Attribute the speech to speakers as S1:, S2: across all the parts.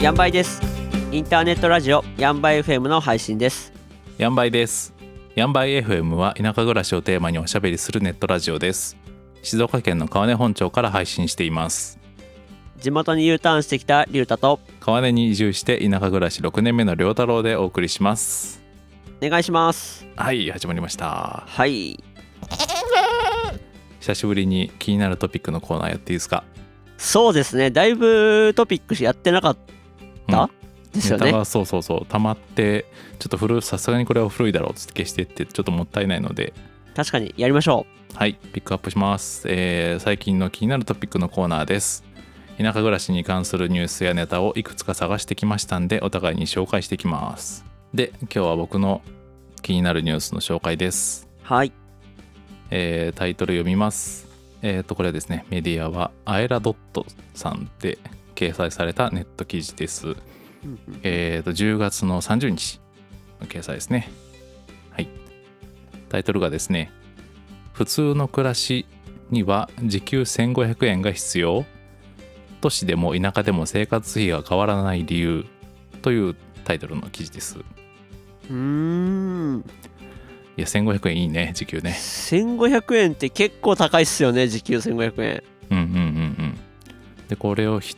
S1: ヤンバイですインターネットラジオヤンバイ FM の配信です
S2: ヤンバイです。ヤンバイ FM は田舎暮らしをテーマにおしゃべりするネットラジオです。静岡県の川根本町から配信しています。
S1: 地元に U ターンしてきたリュウタと
S2: 川根に移住して田舎暮らし6年目の良太郎でお送りします。
S1: お願いします
S2: はい、始まりました。
S1: はい
S2: 久しぶりに気になるトピックのコーナーやっていいですか。
S1: そうですねだいぶトピックスやってなかった、
S2: うん
S1: ですよ
S2: ネ
S1: ね
S2: タがそうそうそう溜まってちょっと古いさすがにこれは古いだろうっつって消してってちょっともったいないので
S1: 確かにやりましょ
S2: はい、ピックアップします、えー最近の気になるトピックのコーナーです。田舎暮らしに関するニュースやネタをいくつか探してきましたんで、お互いに紹介していきます。で、今日は僕の気になるニュースの紹介です。
S1: うはい
S2: えータイトル読みます。えっ、と、これはですね、メディアはアエラドットさんで掲載されたネット記事です。えっ、と、10月の30日の掲載ですね。はい。タイトルがですね、普通の暮らしには時給1500円が必要都市でも田舎でも生活費が変わらない理由というタイトルの記事です。いう
S1: ーん
S2: や、1500円いいね、時給ね。
S1: 1500円って結構高いっすよね時給1500円
S2: うんうんうんうんでこれをひ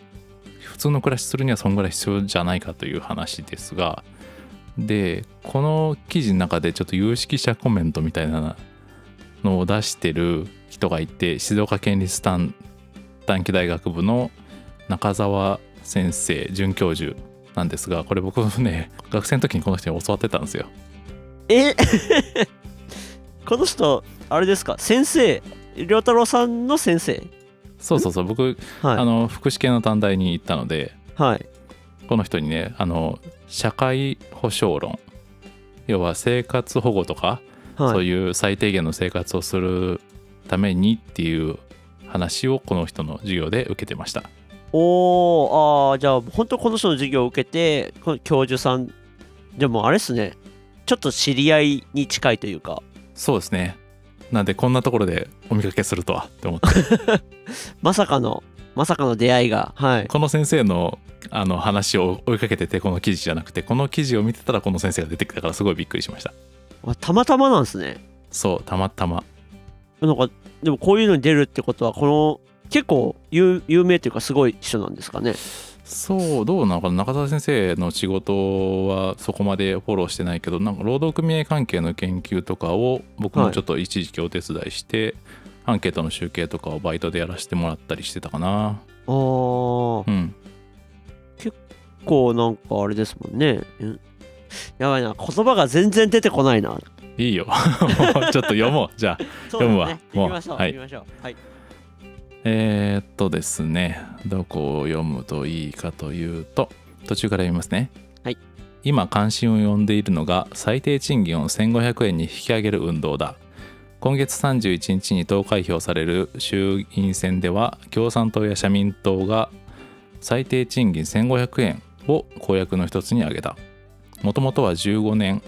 S2: 普通の暮らしするにはそんぐらい必要じゃないかという話ですがでこの記事の中でちょっと有識者コメントみたいなのを出してる人がいて静岡県立短短期大学部の中澤先生准教授なんですがこれ僕ね学生の時にこの人に教わってたんですよ。
S1: え この人あれですか先生良太郎さんの先生
S2: そうそうそう僕、あ
S1: は
S2: の福祉系の短大に行ったので
S1: いはい
S2: この人にねあの社会保障論要は生活保護とか、そ
S1: は
S2: う
S1: い
S2: いう最低限の生活をするためにっていう話をこの人の授業で受けてました
S1: おーあーじゃあ本当この人の授業を受けてこの教授さんでもあれっすねちょっと知り合いに近いというか
S2: そうですねなんでこんなところでお見かけするとはって思って
S1: まさかのまさかの出会いがはい
S2: この先生のあの話を追いかけててこの記事じゃなくてこの記事を見てたらこの先生が出てきたからすごいびっくりしました
S1: わたまたまなんですね
S2: そうたまたま
S1: なんかでもこういうのに出るってことはこの結構有有名というかすごい人なんですかね
S2: そうどうなのかな中澤先生の仕事はそこまでフォローしてないけどなんか労働組合関係の研究とかを僕もちょっと一時期お手伝いして、アンケートの集計とかをバイトでやらせてもらったりしてたかな
S1: あー
S2: うん
S1: 結構なんかあれですもんね。うんやばいな、言葉が全然出てこないな。
S2: いいよ もうちょっと読もうじゃあ
S1: そうです
S2: 読むわ
S1: ね。行
S2: もう
S1: きましょう。
S2: はい
S1: 行きましょう。はい。
S2: えーっとですねどこを読むといいかというと途中から読みますね
S1: はい
S2: 今関心を呼んでいるのが最低賃金を1500円に引き上げる運動だ今月31日に投開票される衆院選では共産党や社民党が最低賃金1500円を公約の一つに挙げたもともとは15年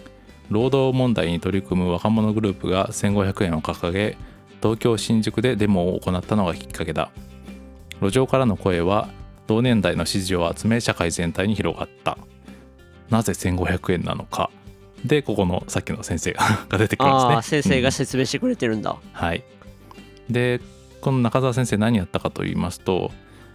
S2: 労働問題に取り組む若者グループが1500円を掲げ東京新宿でデモを行ったのがきっかけだ路上からの声は同年代の支持を集め社会全体に広がったなぜ1500円なのかでここのさっきの先生がが出てくるんです
S1: あ
S2: ね
S1: あ、先生が説明してくれてるんだ。
S2: はい、でこの中澤先生何やったかと言いますと、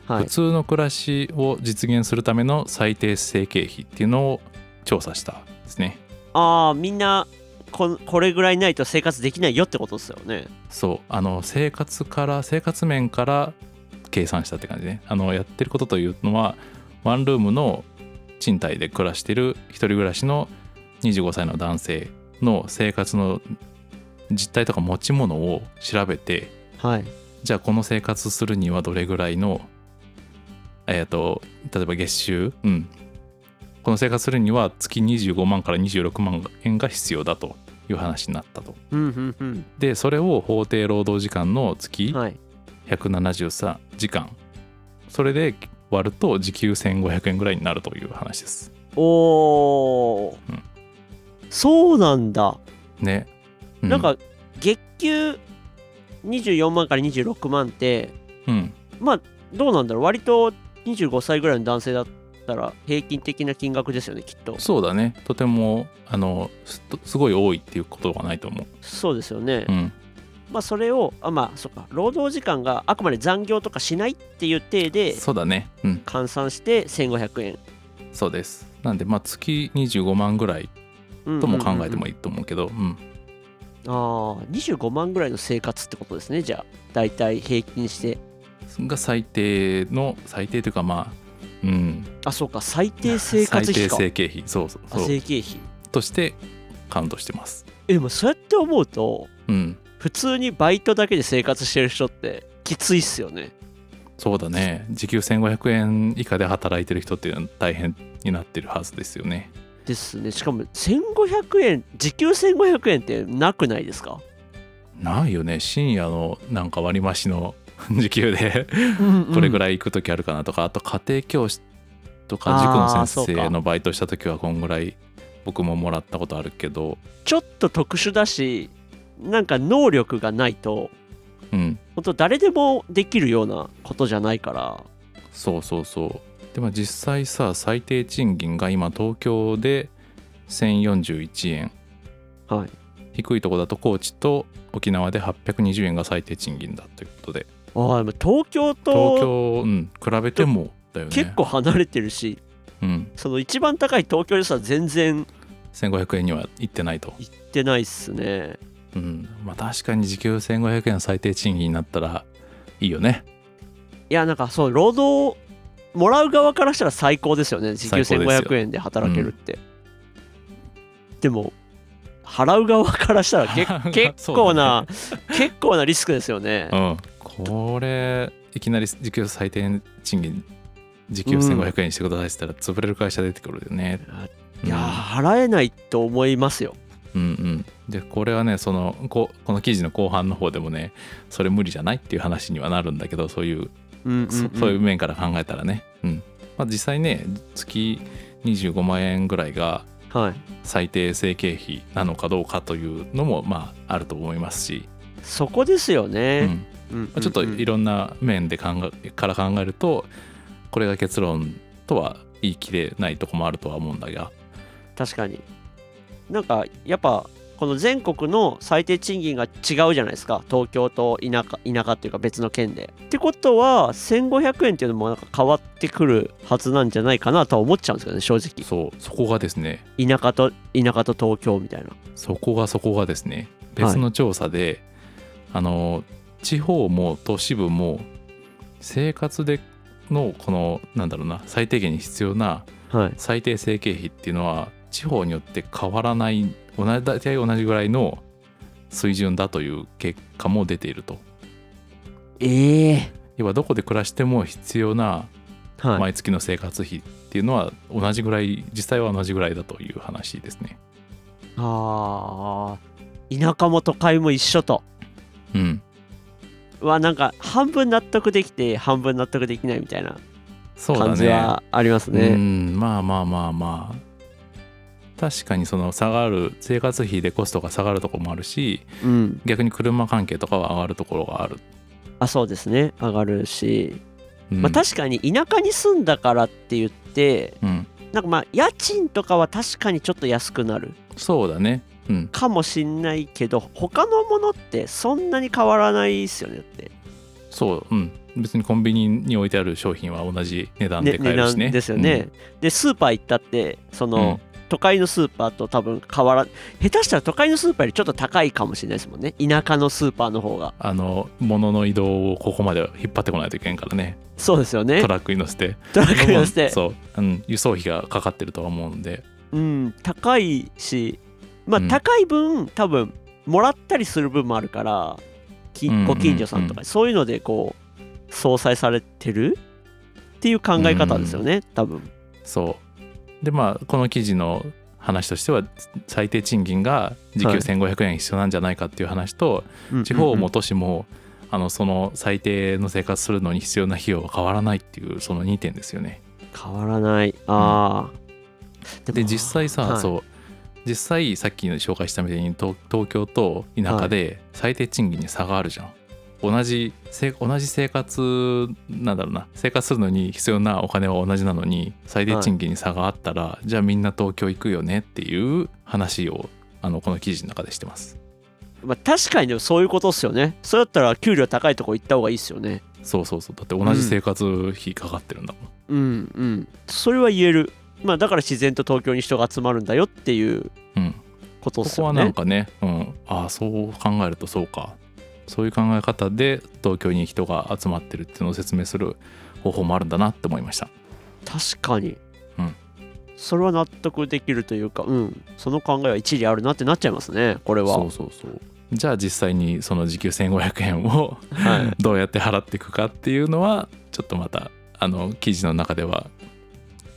S1: は
S2: 普
S1: い。
S2: 通の暮らしを実現するための最低生計費っていうのを調査したんですね
S1: ああ、みんなここれぐらいないと生活できないよってことですよね。
S2: そうあの生活から生活面から計算したって感じねあのやってることというのはワンルームの賃貸で暮らしてる一人暮らしの25歳の男性の生活の実態とか持ち物を調べて
S1: はい。
S2: じゃあこの生活するにはどれぐらいのえっ、と例えば月収うんこの生活するには月25万から26万円が必要だという話になったと
S1: うんうん
S2: でそれを法定労働時間の
S1: う
S2: 月
S1: ん。はい。
S2: 173時間それで割ると時給1500円ぐらいになるという話です
S1: おお、
S2: うん
S1: そうなんだ。
S2: ね、う
S1: なんか月給24万から26万って、
S2: うん
S1: どうなんだろう割と25歳ぐらいの男性だったら平均的な金額ですよねきっと
S2: そうだねとてもあのすすごい多いっていうことはないと思う、
S1: そうですよね、
S2: うん、
S1: まあそれをあまあそっか労働時間があくまで残業とかしないっていう体で
S2: そうだねうん
S1: 換算して1500円、
S2: そうですなんでまあ月25万ぐらい
S1: うんうんうん
S2: とも考えてもいいと思うけど、うん
S1: ああ25万ぐらいの生活ってことですねじゃあ大体平均して
S2: が最低の最低というかまあうん
S1: あそう か最低生活費か
S2: 最低生計費そうそう
S1: あ
S2: そう
S1: 生計費
S2: としてカウントしてます
S1: えでもそうやって思うと
S2: うん
S1: 普通にバイトだけで生活してる人ってきついっすよね
S2: そうだね時給1500円以下で働いてる人っていうのは大変になってるはずですよね
S1: ですねしかも1500円時給1500円ってなくないですか
S2: ないよね深夜のなんか割増の 時給でこれぐ
S1: らい
S2: らい行く時あるかなとか、あと家庭教師とか塾の
S1: あーそう
S2: 先生
S1: か
S2: のバイトした時はこんぐらい僕ももらったことあるけど
S1: ちょっと特殊だしなんか能力がないと
S2: うん
S1: 本当誰でもできるようなことじゃないから
S2: そうそうそうでも実際さ最低賃金が今東京で1041円
S1: はい
S2: 低いとこだと高知と沖縄で820円が最低賃金だということで
S1: あーでも東京
S2: 東
S1: と
S2: 京、うん、比べてもだよね
S1: 結構離れてるし
S2: うん、
S1: その一番高い東京でさ全然
S2: 1500円には行ってないと、
S1: 行ってないっすね
S2: うんまあ、確かに時給1500円最低賃金になったらいいよね
S1: いやなんかそう労働もらう側からしたら最高ですよね時給
S2: 最高ですよ
S1: 1500円で働けるってでも払う側からした らけ結構な、 結構なリスクですよね
S2: そうだねうん、これいきなり時給最低賃金時給
S1: うん
S2: 1500円にしてくださいって言ったら潰れる会社出てくるよね、うん
S1: いやー払えないと思いますよ
S2: うんうん、でこれはねそのここの記事の後半の方でもねそれ無理じゃないっていう話にはなるんだけどそういう
S1: うんうんうん
S2: そそういう面から考えたらね、うんまあ、実際ね月25万円ぐらいが
S1: はい
S2: 最低生計費なのかどうかというのもまああると思いますし、
S1: そこですよ
S2: うん
S1: ね、うんうん
S2: まあちょっといろんな面で考えから考えるとこれが結論とは言い切れないとこもあるとは思うんだが、
S1: 確かになんかやっぱこの全国の最低賃金が違うじゃないですか東京と田舎田舎っていうか別の県でってことは1500円っていうのもなんか変わってくるはずなんじゃないかなとは思っちゃうんですよね正直
S2: そうそこがですね
S1: 田舎と田舎と東京みたいな
S2: そこがそこがですね
S1: はい
S2: 別の調査で、あの地方も都市部も生活でのこのなんだろうな最低限に必要な
S1: はい
S2: 最低生計費っていうのは地方によって変わらない同じ大体同じぐらいの水準だという結果も出ていると
S1: ええ
S2: 要はどこで暮らしても必要な
S1: はい、
S2: 毎月の生活費っていうのは同じぐらい実際は同じぐらいだという話ですね
S1: あー田舎も都会も一緒と
S2: うん
S1: うわなんか半分納得できて半分納得できないみたいな
S2: そうだ
S1: 感じ
S2: ね
S1: はあります
S2: う
S1: ね
S2: んまあまあまあまあ確かにその下がる生活費でコストが下がるところもあるし
S1: うん
S2: 逆に車関係とかは上がるところがある、
S1: あそうですね上がるし
S2: うん
S1: まあ、確かに田舎に住んだからって言って
S2: うん、
S1: なんかまあ家賃とかは確かにちょっと安くなる
S2: そうだねうん
S1: かもしんないけど他のものってそんなに変わらないですよねだって
S2: そううん別にコンビニに置いてある商品は同じ値段で
S1: ね
S2: 買えるしね
S1: ですよね、でスーパー行ったってそ
S2: うん、
S1: の、都会のスーパーと多分変わら下手したら都会のスーパーよりちょっと高いかもしれないですもんね田舎のスーパーの方が
S2: あの物の移動をここまで引っ張ってこないといけんからね
S1: そうですよね
S2: トラックに乗せて
S1: トラックにして
S2: そう、うん、輸送費がかかってるとは思うんで
S1: うん高いしまあ
S2: うん
S1: 高い分、多分もらったりする分もあるからき
S2: うんうんうん
S1: ご近所さんとか、そういうのでこう相殺されてるっていう考え方ですよね、多分
S2: そうでまあこの記事の話としては最低賃金が時給
S1: はい
S2: 1500円必要なんじゃないかっていう話と、地方も都市もあのその最低の生活するのに必要な費用は変わらないっていうその2点ですよね。
S1: 変わらないああ、
S2: で実際さ、
S1: はい
S2: そう実際さっきの紹介したみたいに東東京と田舎で最低賃金に差があるじゃん、同じせ同じ生活なんだろうな生活するのに必要なお金は同じなのに最低賃金に差があったら、じゃあみんな東京行くよねっていう話をあのこの記事の中でしてます
S1: まあ、確かにでもそういうことっすよねそうやったら給料高いとこ行った方がいいっすよね
S2: そうそうそうだって同じ生活費かかってるんだもん、
S1: うんうんそれは言えるまあだから自然と東京に人が集まるんだよっていう
S2: うん
S1: ことっ
S2: こ
S1: す
S2: こ
S1: よ
S2: はなん
S1: ね
S2: かね、うん、ああそう考えるとそうかそういう考え方で東京に人が集まってるっていうのを説明する方法もあるんだなって思いました
S1: 確かに、
S2: うん
S1: それは納得できるというかうんその考えは一理あるなってなっちゃいますねこれは
S2: そうそうそうじゃあ実際にその時給1500円を
S1: はい
S2: どうやって払っていくかっていうのはちょっとまたあの記事の中では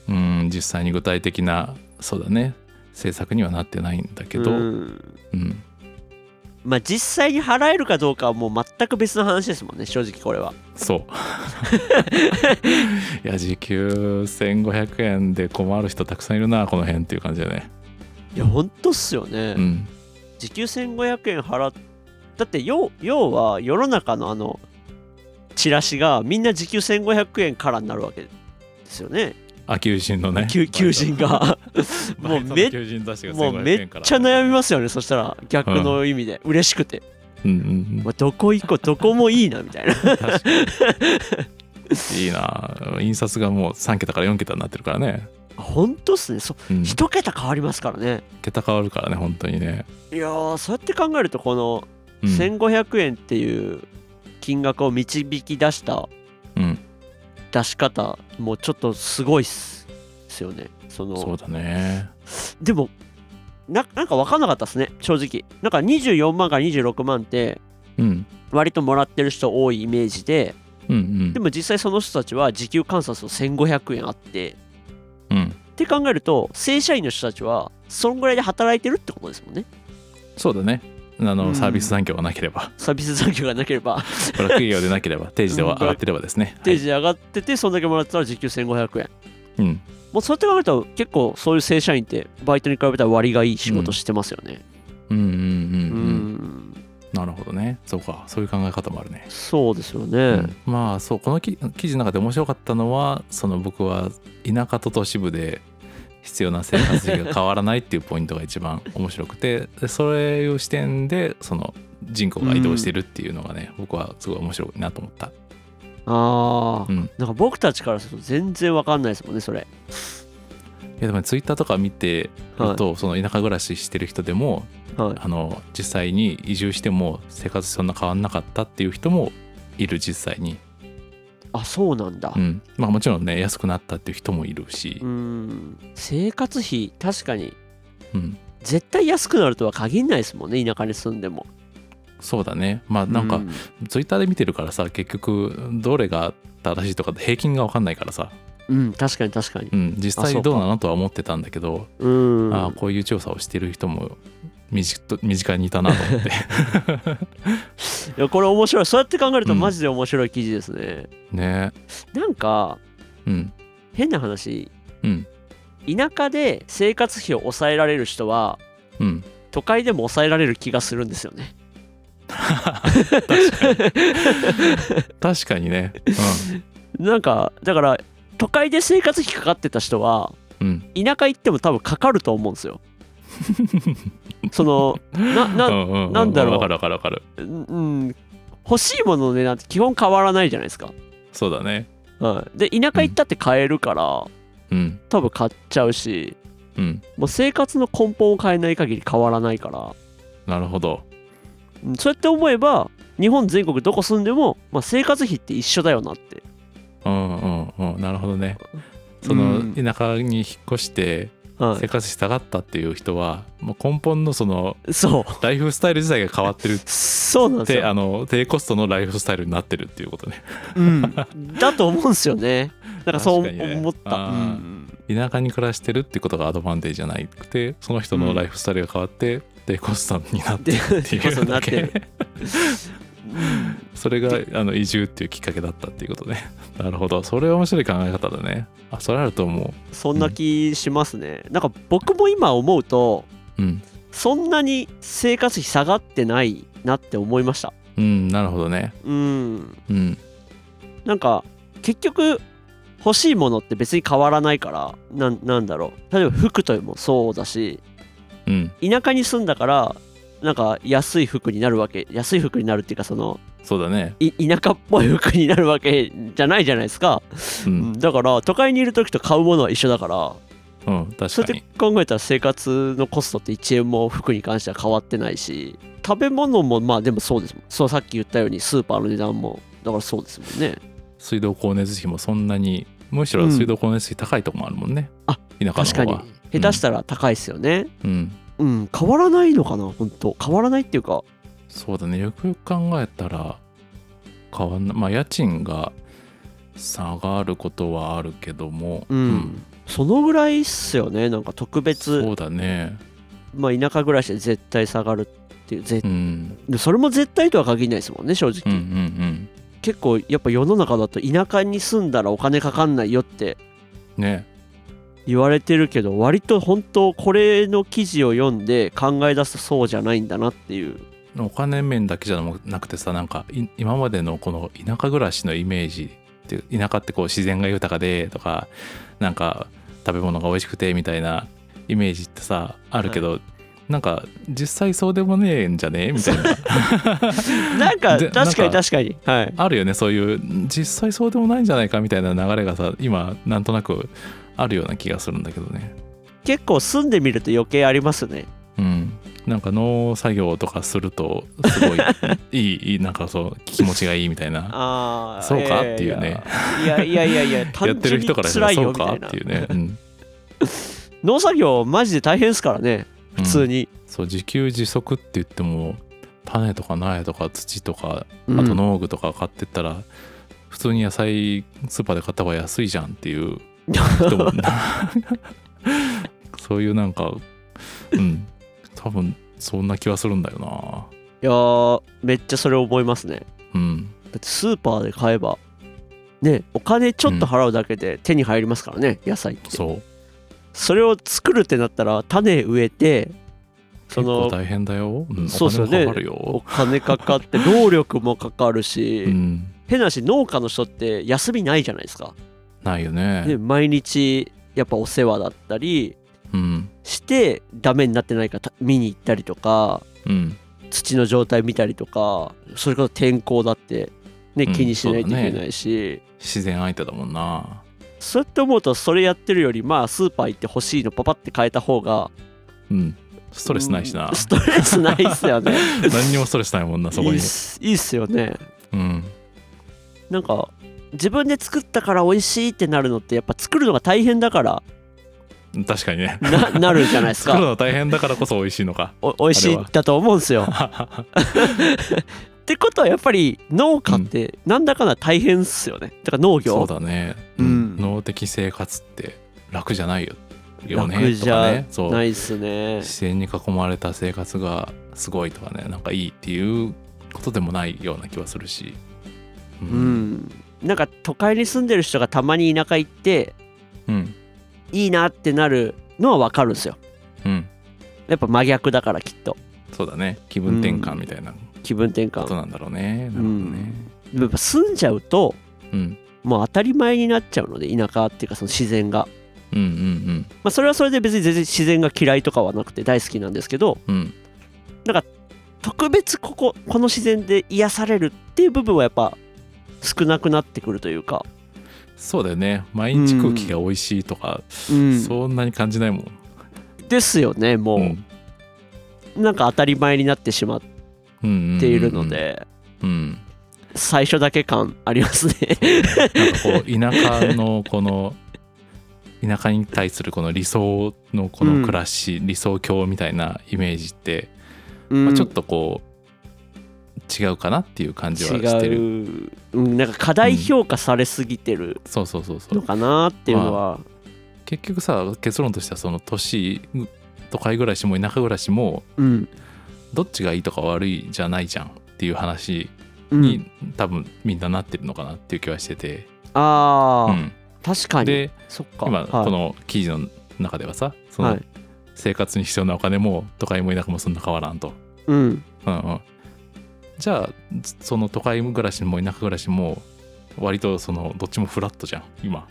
S2: うん実際に具体的なそうだね政策にはなってないんだけど、
S1: う
S2: うん
S1: んまあ実際に払えるかどうかはもう全く別の話ですもんね正直これは
S2: そう いや時給1500円で困る人たくさんいるなこの辺っていう感じだね
S1: いやほんとっすよね、
S2: うん
S1: 時給1500円払っだって要要は世の中のあのチラシがみんな時給1500円からになるわけですよね
S2: あ求人のね
S1: 求求人が もうめ
S2: 求人雑誌が
S1: もうめっちゃ悩みますよねそしたら逆の意味で、嬉しくて、
S2: うんうん
S1: まあ、どこ行こうどこもいいなみたい な
S2: うん確かにいいな印刷がもう3桁から4桁になってるからね、
S1: ほんとっすねそ
S2: うん、
S1: 一桁変わりますからね
S2: 桁変わるからね本当にね、
S1: いやーそうやって考えるとこの
S2: うん、
S1: 1500円っていう金額を導き出した
S2: うん
S1: 出し方もちょっとすごいっすですよねその
S2: そうだね
S1: でもななんか分かんなかったですね正直なんか24万から26万って
S2: うん
S1: 割ともらってる人多いイメージで
S2: うんうん
S1: でも実際その人たちは時給換算すると1500円あって
S2: うん
S1: って考えると正社員の人たちはそんぐらいで働いてるってことですもんね
S2: そうだねあの、
S1: うん
S2: サービス残業がなければ
S1: サービス残業がなければ
S2: ブラック企業でなければ定時では上がってればですね、
S1: 定時で上がっててそんだけもらってたら時給1500円
S2: はいうん
S1: もうそうやって考えると結構そういう正社員ってバイトに比べたら割がいい仕事してますよね。
S2: うんうんうん
S1: うん、
S2: うん、なるほどねそうかそういう考え方もあるね、
S1: そうですよ
S2: う
S1: ね。
S2: んまあそうこのき記事の中で面白かったのはその僕は田舎と都市部で必要な生活費が変わらないっていうポイントが一番面白くてでそれを視点でその人口が移動してるっていうのがね、僕はすごい面白いなと思った
S1: ああ、
S2: うん
S1: なんか僕たちからすると全然わかんないですもんねそれ。
S2: いやでもツイッターとか見てると、その田舎暮らししてる人でも
S1: はい、
S2: あの実際に移住しても生活そんな変わんなかったっていう人もいる実際に、
S1: あそうなんだ。
S2: う
S1: うん
S2: まあ、もちろんね安くなったっていう人もいるし
S1: ー、ん生活費確かに
S2: うん、
S1: 絶対安くなるとは限んないですもんね田舎に住んでも。
S2: そうだねまあなん
S1: う
S2: かツイッターで見てるからさ結局どれが正しいとか平均が分かんないからさ、
S1: うん確かに確かに。
S2: うん、実
S1: あそう
S2: 際
S1: か
S2: どうなのとは思ってたんだけど
S1: うん
S2: ああこういう調査をしてる人も身近と身近にいたなと思って
S1: いやこれ面白いそうやって考えると
S2: うん
S1: マジで面白い記事ですね。
S2: ね
S1: なんか
S2: うん
S1: 変な話
S2: うん
S1: 田舎で生活費を抑えられる人は
S2: うん
S1: 都会でも抑えられる気がするんですよね。
S2: 確かにね
S1: なんかだから都会で生活費かかってた人は
S2: うんうん
S1: 田舎行っても多分かかると思うんですよ。そのな
S2: う
S1: な、
S2: んうんう
S1: なんだろう
S2: 分かる分かる分かる
S1: うん、欲しいものの値段って基本変わらないじゃないですか。
S2: そうだね
S1: はい、で田舎行ったって買えるから、
S2: うん
S1: 多分買っちゃうし
S2: うん
S1: もう生活の根本を変えない限り変わらないから、
S2: なるほど
S1: うん、そうやって思えば日本全国どこ住んでも、まあ、生活費って一緒だよなって。
S2: うんうんうんなるほどねそうの
S1: ん
S2: 田舎に引っ越して
S1: は
S2: 生活費下がったっていう人は、もう根本の その
S1: い、そう
S2: ライフスタイル自体が変わってるっ
S1: そうなんです
S2: て
S1: よ
S2: あ。の低コストのライフスタイルになってるっていうことね
S1: うん、 だと思うんですよね。なんかそう
S2: 確かにね
S1: 思った。
S2: あー
S1: うん
S2: 田舎に暮らしてるってことがアドバンテージじゃなくてその人のライフスタイルが変わって低コストになって
S1: で
S2: るって
S1: こ
S2: い
S1: と
S2: う
S1: にな
S2: だ
S1: ってる。
S2: け それがあの移住っていうきっかけだったっていうことね なるほどそれは面白い考え方だねあそれあると思
S1: そんな気しますね。なんか僕も今思うと、
S2: ううん
S1: そんなに生活費下がってないなって思いました。
S2: うんなるほどね
S1: うん
S2: うん
S1: なんか結局欲しいものって別に変わらないからなんなんだろう例えば服というもそうだし
S2: うん
S1: 田舎に住んだからなんか安い服になるわけ安い服になるっていうかその
S2: そうだね
S1: い田舎っぽい服になるわけじゃないじゃないですか、
S2: う、
S1: うんん、だから都会にいる時と買うものは一緒だから
S2: うん、
S1: そ
S2: 確
S1: れで
S2: かに
S1: 考えたら生活のコストって1円も服に関しては変わってないし食べ物もまあでもそうですもんそうさっき言ったようにスーパーの値段もだからそうですもんね
S2: 水道光熱費もそんなにむしろ水道光熱費高いとこもあるもんね、
S1: あ
S2: 田
S1: 確
S2: 舎
S1: か
S2: の
S1: に
S2: 方は
S1: 下手したら高いですよね
S2: うん
S1: うん、変わらないのかな本当変わらないっていうか
S2: そうだねよくよく考えたら変わんないまあ家賃が下がることはあるけども、
S1: うん、そのぐらいっすよねなんか特別
S2: そうだね
S1: まあ田舎暮らしで絶対下がるっていうぜ
S2: うん
S1: それも絶対とは限らないですもんね正直、
S2: うんうん
S1: 結構やっぱ世の中だと田舎に住んだらお金かかんないよって
S2: うんね
S1: 言われてるけど割と本当これの記事を読んで考え出すとそうじゃないんだなっていう
S2: お金面だけじゃなくてさなんかい今までのこの田舎暮らしのイメージって田舎ってこう自然が豊かでとかなんか食べ物が美味しくてみたいなイメージってさあるけど、なんか実際そうでもねえんじゃねえみたいな
S1: なんか
S2: で
S1: 確か
S2: なん
S1: に
S2: か
S1: 確かにはい
S2: あるよねそういう実際そうでもないんじゃないかみたいな流れがさ今なんとなくあるような気がするんだけどね
S1: 結構住んでみると余計ありますね
S2: うんなんか農作業とかするとすごいいいいいなんかそう気持ちがいいみたいな
S1: ああ
S2: そうかっていうね
S1: いやいやいやいや
S2: やっ
S1: 単
S2: て
S1: 純
S2: る
S1: に
S2: 人からし
S1: 辛
S2: たら
S1: い
S2: そ
S1: よ
S2: う
S1: み
S2: か
S1: たい
S2: っ
S1: な
S2: ていうね、うん、
S1: 農作業マジで大変ですからね普通に、
S2: そう自給自足って言っても種とか苗とか土とかあ
S1: うん
S2: と農具とか買ってったら、普通に野菜スーパーで買った方が安いじゃんっていう人も そういうなんかうん多分そんな気はするんだよな
S1: や
S2: い
S1: ーめっちゃそれ思いますね
S2: うん
S1: だってスーパーで買えばねお金ちょっと払うだけで手に入りますからね、野菜って
S2: そう
S1: それを作るってなったら種植えてそ
S2: 結構
S1: の
S2: 大変だよ、うん、お
S1: そうそう
S2: 金
S1: ね
S2: もかかる
S1: お
S2: よ、
S1: 金かか って労力もかかるし、
S2: うん
S1: 変なし農家の人って休みないじゃないですか、
S2: ないよ
S1: ね、
S2: ね
S1: 毎日やっぱお世話だったり
S2: うん
S1: してダメになってないかた見に行ったりとか
S2: うん
S1: 土の状態見たりとかそれこそ天候だって、ね、
S2: うん
S1: 気にしないといけないし、
S2: 自然相手だもんな
S1: そうやって思うとそれやってるよりまあスーパー行って欲しいのパパって変えた方が
S2: うんストレスないしな
S1: うんストレスないっすよね
S2: 何にもストレスないもんな そこ
S1: いい
S2: に
S1: っすいいっすよね
S2: うん
S1: なんか自分で作ったから美味しいってなるのってやっぱ作るのが大変だから
S2: 確かにね
S1: ななるじゃないです
S2: 作る
S1: か
S2: の大変だからこそ美味しいのか
S1: お美味し
S2: あれ
S1: い
S2: は
S1: だと思うんですよ ってことはやっぱり農家ってなんだかんだ大変っすよねだから農
S2: そう
S1: 業
S2: だね、
S1: うん
S2: 脳的生活って楽じゃないよよね
S1: 楽じゃ
S2: とかねそう
S1: ないっすね
S2: 自然に囲まれた生活がすごいとかねなんかいいっていうことでもないような気はするしう
S1: う、んなんか都会に住んでる人がたまに田舎行って
S2: うん
S1: いいなってなるのはわかるんですよ
S2: うん
S1: やっぱ真逆だからきっと
S2: そうだね気分転換みたいな
S1: 気分転
S2: こ
S1: 換
S2: となんだろうね、
S1: うん
S2: なる
S1: やっぱ住んじゃうと
S2: ほどね、うん、
S1: もう当たり前になっちゃうので田舎っていうかその自然が、
S2: うんうん
S1: まあ、それはそれで別に全然自然が嫌いとかはなくて大好きなんですけど
S2: うんうん
S1: 特別こここの自然で癒されるっていう部分はやっぱ少なくなってくるというか、
S2: そうだよね毎日空気が美味しいとか、
S1: うん
S2: そんなに感じないもん、
S1: ですよねもう、
S2: うん
S1: なんか当たり前になってしまっ
S2: うんうんうんうん
S1: ているので、、
S2: うん、
S1: 最初だけ感ありますね
S2: なんかこう田舎のこの 田舎に対するこの理想のこの暮らし、理想郷みたいなイメージって、
S1: うん
S2: まあ、ちょっとこう違うかなっていう感じはしてる
S1: 違う、うん、なんか過大評価されすぎてる
S2: そうそうそうそ
S1: の
S2: う
S1: かなっていうのは、
S2: 結局さ結論としてはその年都会暮らしも田舎暮らしも
S1: うん、
S2: どっちがいいとか悪いじゃないじゃんっていう話
S1: うん
S2: に、多分みんななってるのかなっていう気はしてて、
S1: ああ、
S2: うん、
S1: 確かに
S2: で
S1: そっか
S2: 今
S1: はい
S2: この記事の中ではさそ
S1: は
S2: の
S1: い
S2: 生活に必要なお金も都会も田舎もそんな変わらんと。
S1: うん
S2: うんうん、じゃあその都会暮らしも田舎暮らしも割とそのどっちもフラットじゃん今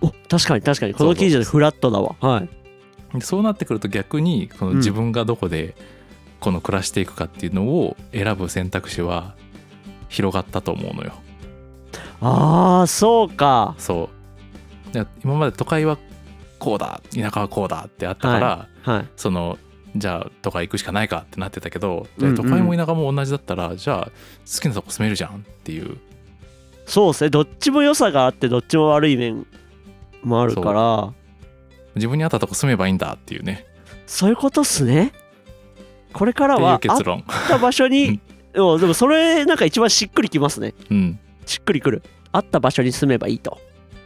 S1: お確かに確かにこの記事でフラットだわはい
S2: でそうなってくると逆にその
S1: うん
S2: 自分がどこでこの暮らしていくかっていうのを選ぶ選択肢は広がったと思うのよ
S1: ああそうか
S2: そうだから今まで都会はこうだ田舎はこうだってあったから、
S1: はい
S2: そのじゃあ都会行くしかないかってなってたけど、
S1: うんうん
S2: 都会も田舎も同じだったらじゃあ好きなとこ住めるじゃんっていう
S1: そうですねどっちも良さがあってどっちも悪い面もあるから
S2: 自分に合ったとこ住めばいいんだっていうね
S1: そういうことっすねこれから
S2: っ
S1: は
S2: ていう
S1: あっ
S2: 結論
S1: た場所 にでもでもそれなんか一番しっくりきますね
S2: うん
S1: しっくりくるあった場所に住めばいいと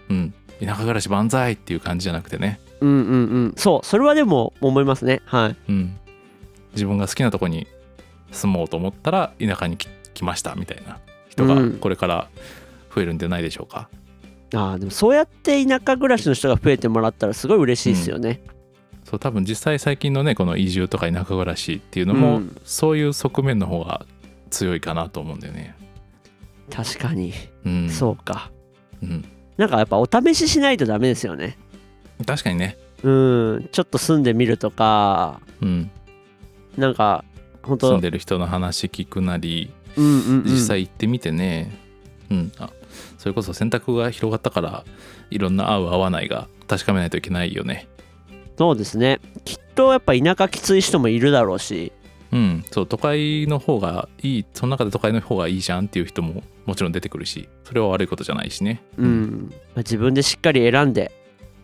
S2: うん田舎暮らし万歳っていう感じじゃなくてね
S1: うんうんうんそうそれはでも思いますねはい
S2: うん自分が好きなとこに住もうと思ったら田舎にき来ましたみたいな人が
S1: うん
S2: これから増えるんじゃないでしょうか、
S1: あーでもそうやって田舎暮らしの人が増えてもらったらすごい嬉しいですよね、
S2: そう多分実際最近のねこの移住とか田舎暮らしっていうの
S1: う
S2: も
S1: ん
S2: そういう側面の方が強いかなと思うんだよね
S1: 確かに、
S2: うん
S1: そうか
S2: うん、
S1: なんかやっぱお試ししないとダメですよね
S2: 確かにね、
S1: うんちょっと住んでみるとか
S2: うん、
S1: なんか本
S2: 住ん
S1: 当
S2: でる人の話聞くなり
S1: うんうんうん
S2: 実際行ってみてね、うんあそれこそ選択が広がったからいろんな合う合わないが確かめないといけないよね
S1: そうですねきっとやっぱ田舎きつい人もいるだろうし
S2: うんそう都会の方がいいその中で都会の方がいいじゃんっていう人ももちろん出てくるしそれは悪いことじゃないしね
S1: うん、まあ自分でしっかり選んで、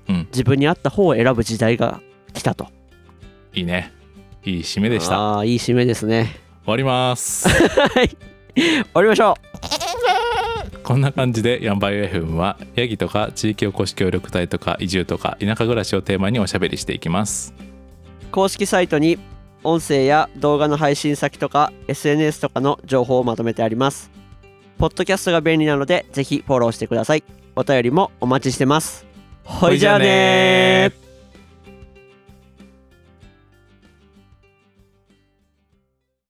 S2: うん
S1: 自分に合った方を選ぶ時代が来たと
S2: いいねいい締めでした終
S1: ああいい締めですね
S2: わります
S1: 終わりましょ
S2: こんな感じでヤンバイ FM はヤギとか地域おこし協力隊とか移住とか田舎暮らしをテーマにおしゃべりしていきます
S1: う公式サイトに音声や動画の配信先とか SNS とかの情報をまとめてありますポッドキャストが便利なのでぜひフォローしてくださいお便りもお待ちしてますほいじゃあねー